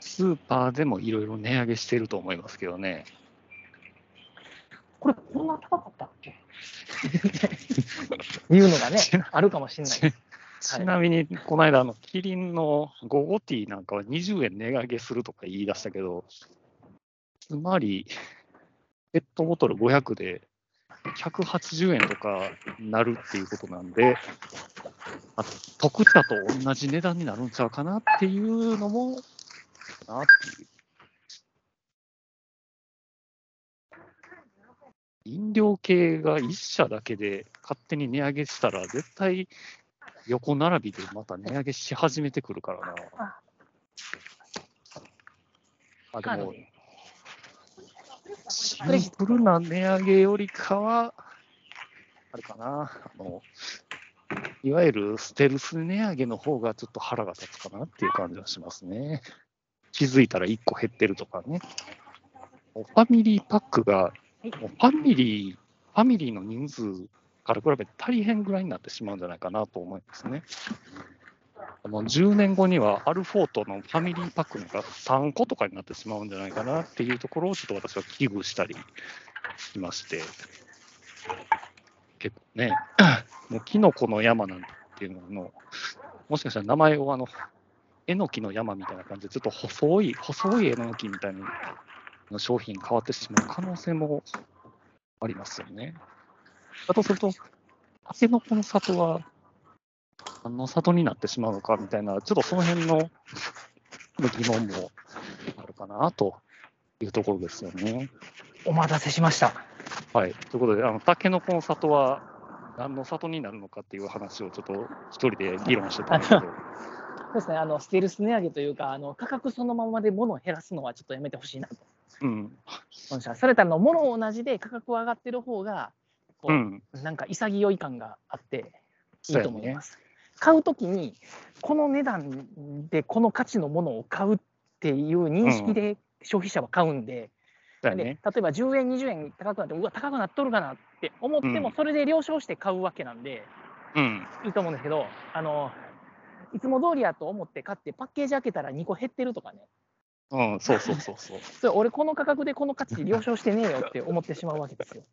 [SPEAKER 2] スーパーでもいろいろ値上げしてると思いますけどね。
[SPEAKER 3] これこんな高かったっけ いうの がね
[SPEAKER 2] 知ら、
[SPEAKER 3] あるかもしれない
[SPEAKER 2] ち。 ちなみに、この間、あのキリンのゴゴティーなんかは20円値上げするとか言い出したけど、つまり、ペットボトル500で180円とかなるっていうことなんで、あ得ったと同じ値段になるんちゃうかなっていうのも、なっていう。飲料系が1社だけで勝手に値上げしたら、絶対横並びでまた値上げし始めてくるからな。あ
[SPEAKER 3] カー
[SPEAKER 2] で
[SPEAKER 3] ド
[SPEAKER 2] も、
[SPEAKER 3] で。
[SPEAKER 2] シンプルな値上げよりかは、あれかな、あの、いわゆるステルス値上げの方がちょっと腹が立つかなっていう感じはしますね。気づいたら1個減ってるとかね。ファミリーパックが、もうファミリー、ファミリーの人数から比べて大変ぐらいになってしまうんじゃないかなと思いますね。あの10年後にはアルフォートのファミリーパックが3個とかになってしまうんじゃないかなっていうところをちょっと私は危惧したりしまして、結構ね、もうキノコの山なんていうのの、もしかしたら名前をあの、えのきの山みたいな感じで、ちょっと細い、細いえのきみたいな商品に変わってしまう可能性もありますよね。だとすると、たけのこの里は何の里になってしまうのかみたいな、ちょっとその辺の疑問もあるかなというところですよね。
[SPEAKER 3] お待たせしました。
[SPEAKER 2] はい、ということで、あのたけのこの里は何の里になるのかっていう話をちょっと一人で議論してたんですけど、
[SPEAKER 3] そうですね、あのステルス値上げというか、あの価格そのままで物を減らすのはちょっとやめてほしいなと
[SPEAKER 2] うん、
[SPEAKER 3] 思いました。それたらの物を同じで価格は上がってる方が、こう
[SPEAKER 2] うん、
[SPEAKER 3] なんか潔い感があっていい
[SPEAKER 2] そうや
[SPEAKER 3] と
[SPEAKER 2] ね
[SPEAKER 3] 思います。買うときに、この値段でこの価値のものを買うっていう認識で消費者は買うんで、
[SPEAKER 2] だよ
[SPEAKER 3] で
[SPEAKER 2] ね。
[SPEAKER 3] 例えば10円、20円高くなって、うわ、高くなっとるかなって思って
[SPEAKER 2] う
[SPEAKER 3] も
[SPEAKER 2] ん、
[SPEAKER 3] それで了承して買うわけなんで、
[SPEAKER 2] うん、
[SPEAKER 3] いいと思うんですけど、あのいつも通りやと思って買って、パッケージ開けたら2個減ってるとかね。
[SPEAKER 2] うん、そうそうそうそう。
[SPEAKER 3] それ俺この価格でこの価値了承してねえよって思ってしまうわけ ですよ。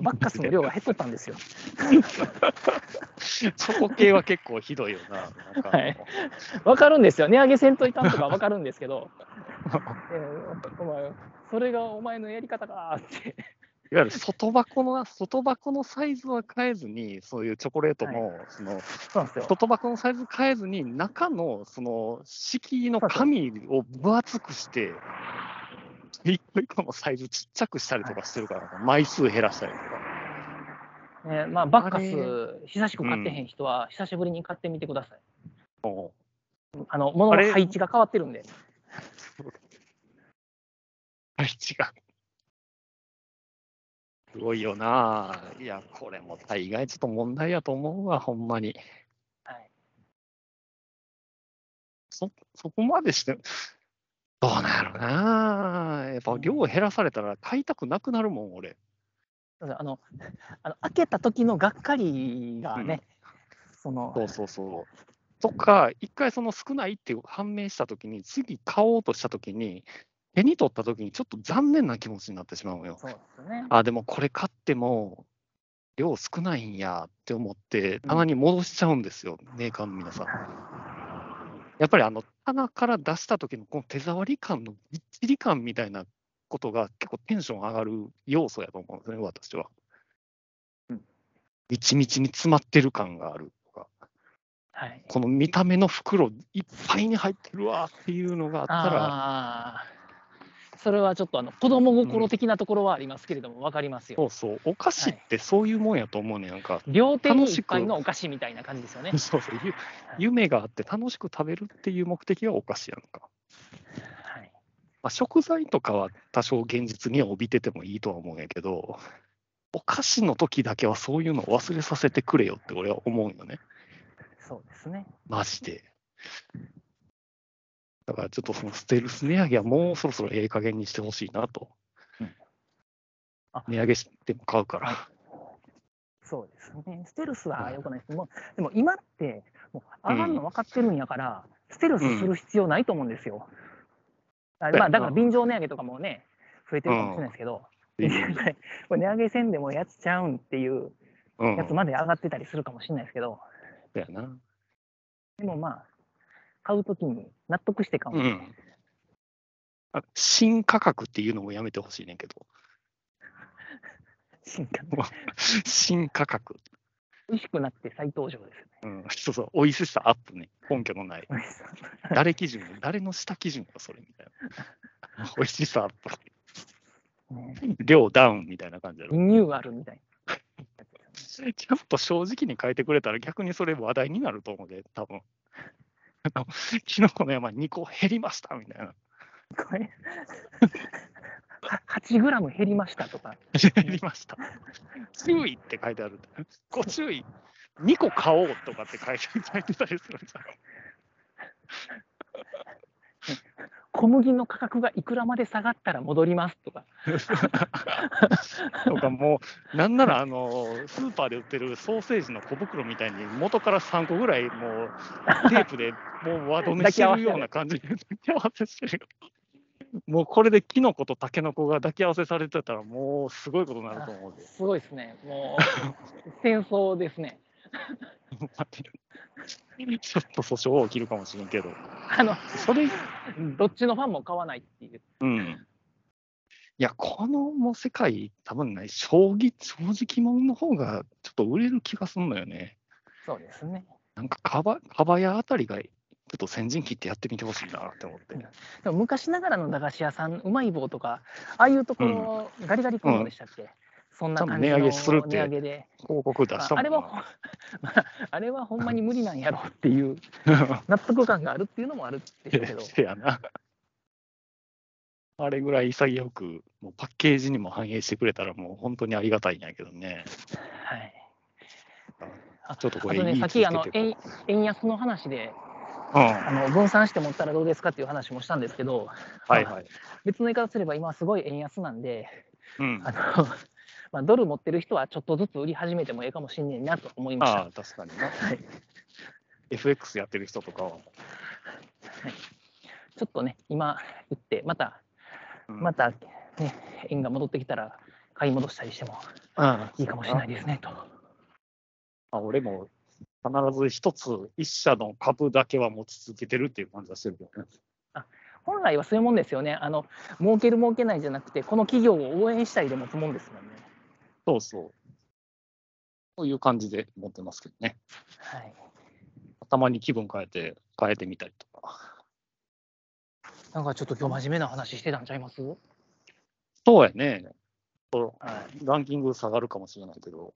[SPEAKER 3] バッカスの量が減っとったんですよ。
[SPEAKER 2] チョコ系は結構ひどいよな。なんかあの
[SPEAKER 3] はいわかるんですよ。値上げせんといかんとかわかるんですけ ど、えーお前、それがお前のやり方かーって。
[SPEAKER 2] いわゆる外箱の外箱のサイズは変えずに、そういうチョコレートも、その
[SPEAKER 3] そうなんですよ。
[SPEAKER 2] 外箱のサイズ変えずに、中のその敷居の紙を分厚くして、 一個一個のサイズちっちゃくしたりとかしてるから、枚数減らしたりとか。
[SPEAKER 3] ねまあ、バッカ
[SPEAKER 2] あ
[SPEAKER 3] ス、久しく買ってへん人は、久しぶりに買ってみてください。
[SPEAKER 2] も
[SPEAKER 3] あの、物
[SPEAKER 2] あ
[SPEAKER 3] の
[SPEAKER 2] れ
[SPEAKER 3] 配置が変わってるんで。
[SPEAKER 2] う、違う。すごいよなぁ。いや、これも大概ちょっと問題やと思うわ、ほんまに。
[SPEAKER 3] はい
[SPEAKER 2] そ、そこまでして、どうなんやろなぁ。やっぱ量減らされたら買いたくなくなるもん、俺。
[SPEAKER 3] ただあの、 あの開けた時のがっかりがね、その、
[SPEAKER 2] そうそうそう。とか、一回その少ないって判明したときに、次買おうとしたときに、手に取ったときにちょっと残念な気持ちになってしまうのよ。
[SPEAKER 3] そうですよね。
[SPEAKER 2] あ、でもこれ買っても、量少ないんやって思って、棚に戻しちゃうんですよ、メーカーの皆さん。やっぱりあの棚から出した時のこの手触り感のびっちり感みたいなことが結構テンション上がる要素やと思うんですね、私は。みちみちに詰まってる感があるとか、
[SPEAKER 3] はい。
[SPEAKER 2] この見た目の袋いっぱいに入ってるわっていうのがあったら、
[SPEAKER 3] ああー、それはちょっとあの子供心的なところはありますけれども、わかりますよ。
[SPEAKER 2] そうそう、お菓子ってそういうもんやと思うねなんか。
[SPEAKER 3] 両手にいっぱいのお菓子みたいな感じです よね。
[SPEAKER 2] そうそう、ゆ夢があって楽しく食べるっていう目的がお菓子やんか。
[SPEAKER 3] はい、
[SPEAKER 2] まあ、食材とかは多少現実には帯びててもいいとは思うんやけど、お菓子の時だけはそういうのを忘れさせてくれよって俺は思うよね、
[SPEAKER 3] そうですね。
[SPEAKER 2] マジで。だからちょっとそのステルス値上げはもうそろそろええ加減にしてほしいなと
[SPEAKER 3] うんあ。
[SPEAKER 2] 値上げしても買うから。
[SPEAKER 3] そうですね。ステルスは
[SPEAKER 2] はい
[SPEAKER 3] 良くないです。もうでも今って、もう上がるの分かってるんやから、ステルスする必要ないと思うんですよ。あ
[SPEAKER 2] そう
[SPEAKER 3] ま
[SPEAKER 2] や
[SPEAKER 3] あ、だ
[SPEAKER 2] な
[SPEAKER 3] から便乗値上げとかもね、増えてるかもしれないですけど、
[SPEAKER 2] うん
[SPEAKER 3] これ 値上げせんでもやつちゃうんっていう
[SPEAKER 2] うん。
[SPEAKER 3] やつまで上がってたりするかもしれないですけど、
[SPEAKER 2] だよな。
[SPEAKER 3] でもまあ、買うときに納得して買う
[SPEAKER 2] う。ん。あ新価格っていうのもやめてほしいねんけど。
[SPEAKER 3] 進化
[SPEAKER 2] 新価格。
[SPEAKER 3] 美味しくなって再登場ですよね
[SPEAKER 2] うん、 そうそう、美味しさアップね。根拠のない。
[SPEAKER 3] 美味しさ。
[SPEAKER 2] 誰基準誰の下基準か、それみたいな。 美味しさアップ。
[SPEAKER 3] ね
[SPEAKER 2] 量ダウンみたいな感じだろ。
[SPEAKER 3] リニューアルみたい
[SPEAKER 2] ちゃんと正直に書いてくれたら逆にそれ話題になると思うで、多分。あのキノコの山2個減りましたみたいな。
[SPEAKER 3] これ は8グラム減りましたとか、
[SPEAKER 2] 減りました。注意って書いてあるんだよ。ご注意。2個買おうとかって書いて書いてたりするじゃん。
[SPEAKER 3] 小麦の価格がいくらまで下がったら戻りますとか、
[SPEAKER 2] とかもう、なんならあのスーパーで売ってるソーセージの小袋みたいに、元から3個ぐらい、もうテープでもう輪止めしてるような感じで抱き合わせしてるよ。もうこれでキノコとタケノコが抱き合わせされてたら、もうすごいことになると思うで。
[SPEAKER 3] すごいですね、もう戦争ですね。
[SPEAKER 2] ちょっと訴訟起きるかもしれんけど、
[SPEAKER 3] あの
[SPEAKER 2] それ、
[SPEAKER 3] どっちのファンも買わないっていう、
[SPEAKER 2] うん。いや、このもう世界、多分ね、将棋、正直もんの方がちょっと売れる気がするのよね。
[SPEAKER 3] そうですね。
[SPEAKER 2] なんかかば、かばやあたりが、ちょっと先陣切ってやってみてほしいなって思 って。
[SPEAKER 3] でも昔ながらの駄菓子屋さん、うまい棒とか、ああいうところ、ガリガリコンボでしたっけ、そんな感じの
[SPEAKER 2] 多分値上げするって
[SPEAKER 3] 値上げで、
[SPEAKER 2] 広告出
[SPEAKER 3] ま
[SPEAKER 2] し
[SPEAKER 3] あ、
[SPEAKER 2] たも
[SPEAKER 3] あ
[SPEAKER 2] ん
[SPEAKER 3] れ
[SPEAKER 2] な
[SPEAKER 3] はほん、 まあ、あれはほんまに無理なんやろっていう、納得感があるっていうのもあるでしょう けど、
[SPEAKER 2] せやな。あれぐらい潔く、もうパッケージにも反映してくれたら、もう本当にありがたいんやけどね。
[SPEAKER 3] はい、
[SPEAKER 2] ちょっとこ
[SPEAKER 3] あ
[SPEAKER 2] れ
[SPEAKER 3] とね、
[SPEAKER 2] いい
[SPEAKER 3] さっきあの
[SPEAKER 2] 続けて
[SPEAKER 3] 円
[SPEAKER 2] こ
[SPEAKER 3] 円安の話で
[SPEAKER 2] ううん。
[SPEAKER 3] あ
[SPEAKER 2] は
[SPEAKER 3] の、分散して持ったらどうですかっていう話もしたんですけど、
[SPEAKER 2] いはい。
[SPEAKER 3] 別の言い方すれば、今すごい円安なんで、
[SPEAKER 2] うん。
[SPEAKER 3] あ
[SPEAKER 2] あ
[SPEAKER 3] の まあ、ドル持ってる人はちょっとずつ売り始めてもええかもしんねんなと思いました。
[SPEAKER 2] あ、確かにな。
[SPEAKER 3] はい
[SPEAKER 2] FX やってる人とかは、
[SPEAKER 3] ちょっとね、今打って、また、
[SPEAKER 2] うん
[SPEAKER 3] また、ね、円が戻ってきたら買い戻したりしてもいいかもしれないですねと。
[SPEAKER 2] あ俺も必ず一つ、一社の株だけは持ち続けてるっていう感じはしてるけどね。
[SPEAKER 3] 本来はそういうもんですよね。あの儲ける儲けないじゃなくて、この企業を応援したいで持つもんですもんね。
[SPEAKER 2] そうそう。そういう感じで持ってますけどね。
[SPEAKER 3] はい。
[SPEAKER 2] たまに気分変えて、変えてみたりとか。
[SPEAKER 3] なんかちょっと今日真面目な話してたんちゃいます？はい。
[SPEAKER 2] そうやね。ランキング下がるかもしれないけど。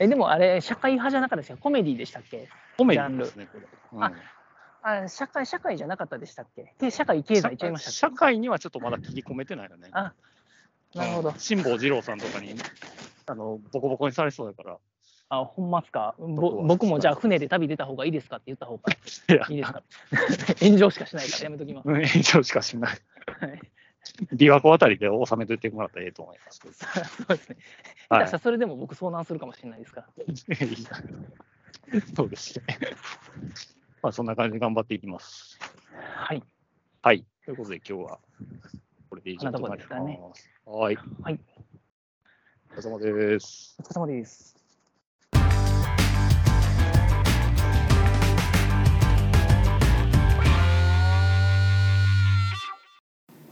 [SPEAKER 3] えでもあれ社会派じゃなかったですか？コメディでしたっけ？
[SPEAKER 2] コメディですね、これ。うん
[SPEAKER 3] ああ社会社会じゃなかったでしたっけ？け社会経済ちゃいましたっけ？
[SPEAKER 2] 社会にはちょっとまだ切り込めてないよね。
[SPEAKER 3] あなるほど
[SPEAKER 2] うん。辛坊二郎さんとかに、あの、ボコボコにされそうだから。
[SPEAKER 3] あほんまっすか？
[SPEAKER 2] どこ
[SPEAKER 3] ぼ
[SPEAKER 2] は
[SPEAKER 3] 僕もじゃあ船で旅出た方がいいですかって言った方 が
[SPEAKER 2] いや
[SPEAKER 3] いいですか？炎上しかしないからやめときます。
[SPEAKER 2] うん、延長しかしない。
[SPEAKER 3] はい。
[SPEAKER 2] 琵琶湖あたりで収めといてもらったらええと思いますけ ど。
[SPEAKER 3] そうです ね。下
[SPEAKER 2] は
[SPEAKER 3] 手したらそれでも僕遭難するかもしれないですから。
[SPEAKER 2] い、 そうですね。まあ、そんな感じで頑張っていきます。
[SPEAKER 3] はい。
[SPEAKER 2] はい。ということで、今日はこれで以上となり
[SPEAKER 3] こんなとこで
[SPEAKER 2] ます。はい。
[SPEAKER 3] はい。
[SPEAKER 2] お疲れ様です。
[SPEAKER 3] お疲れ様です。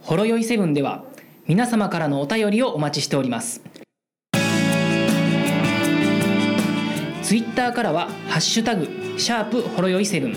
[SPEAKER 1] ほろよいセブンでは皆様からのお便りをお待ちしておりますツイッターからは「ハッシュタグシャープほろよいセブン」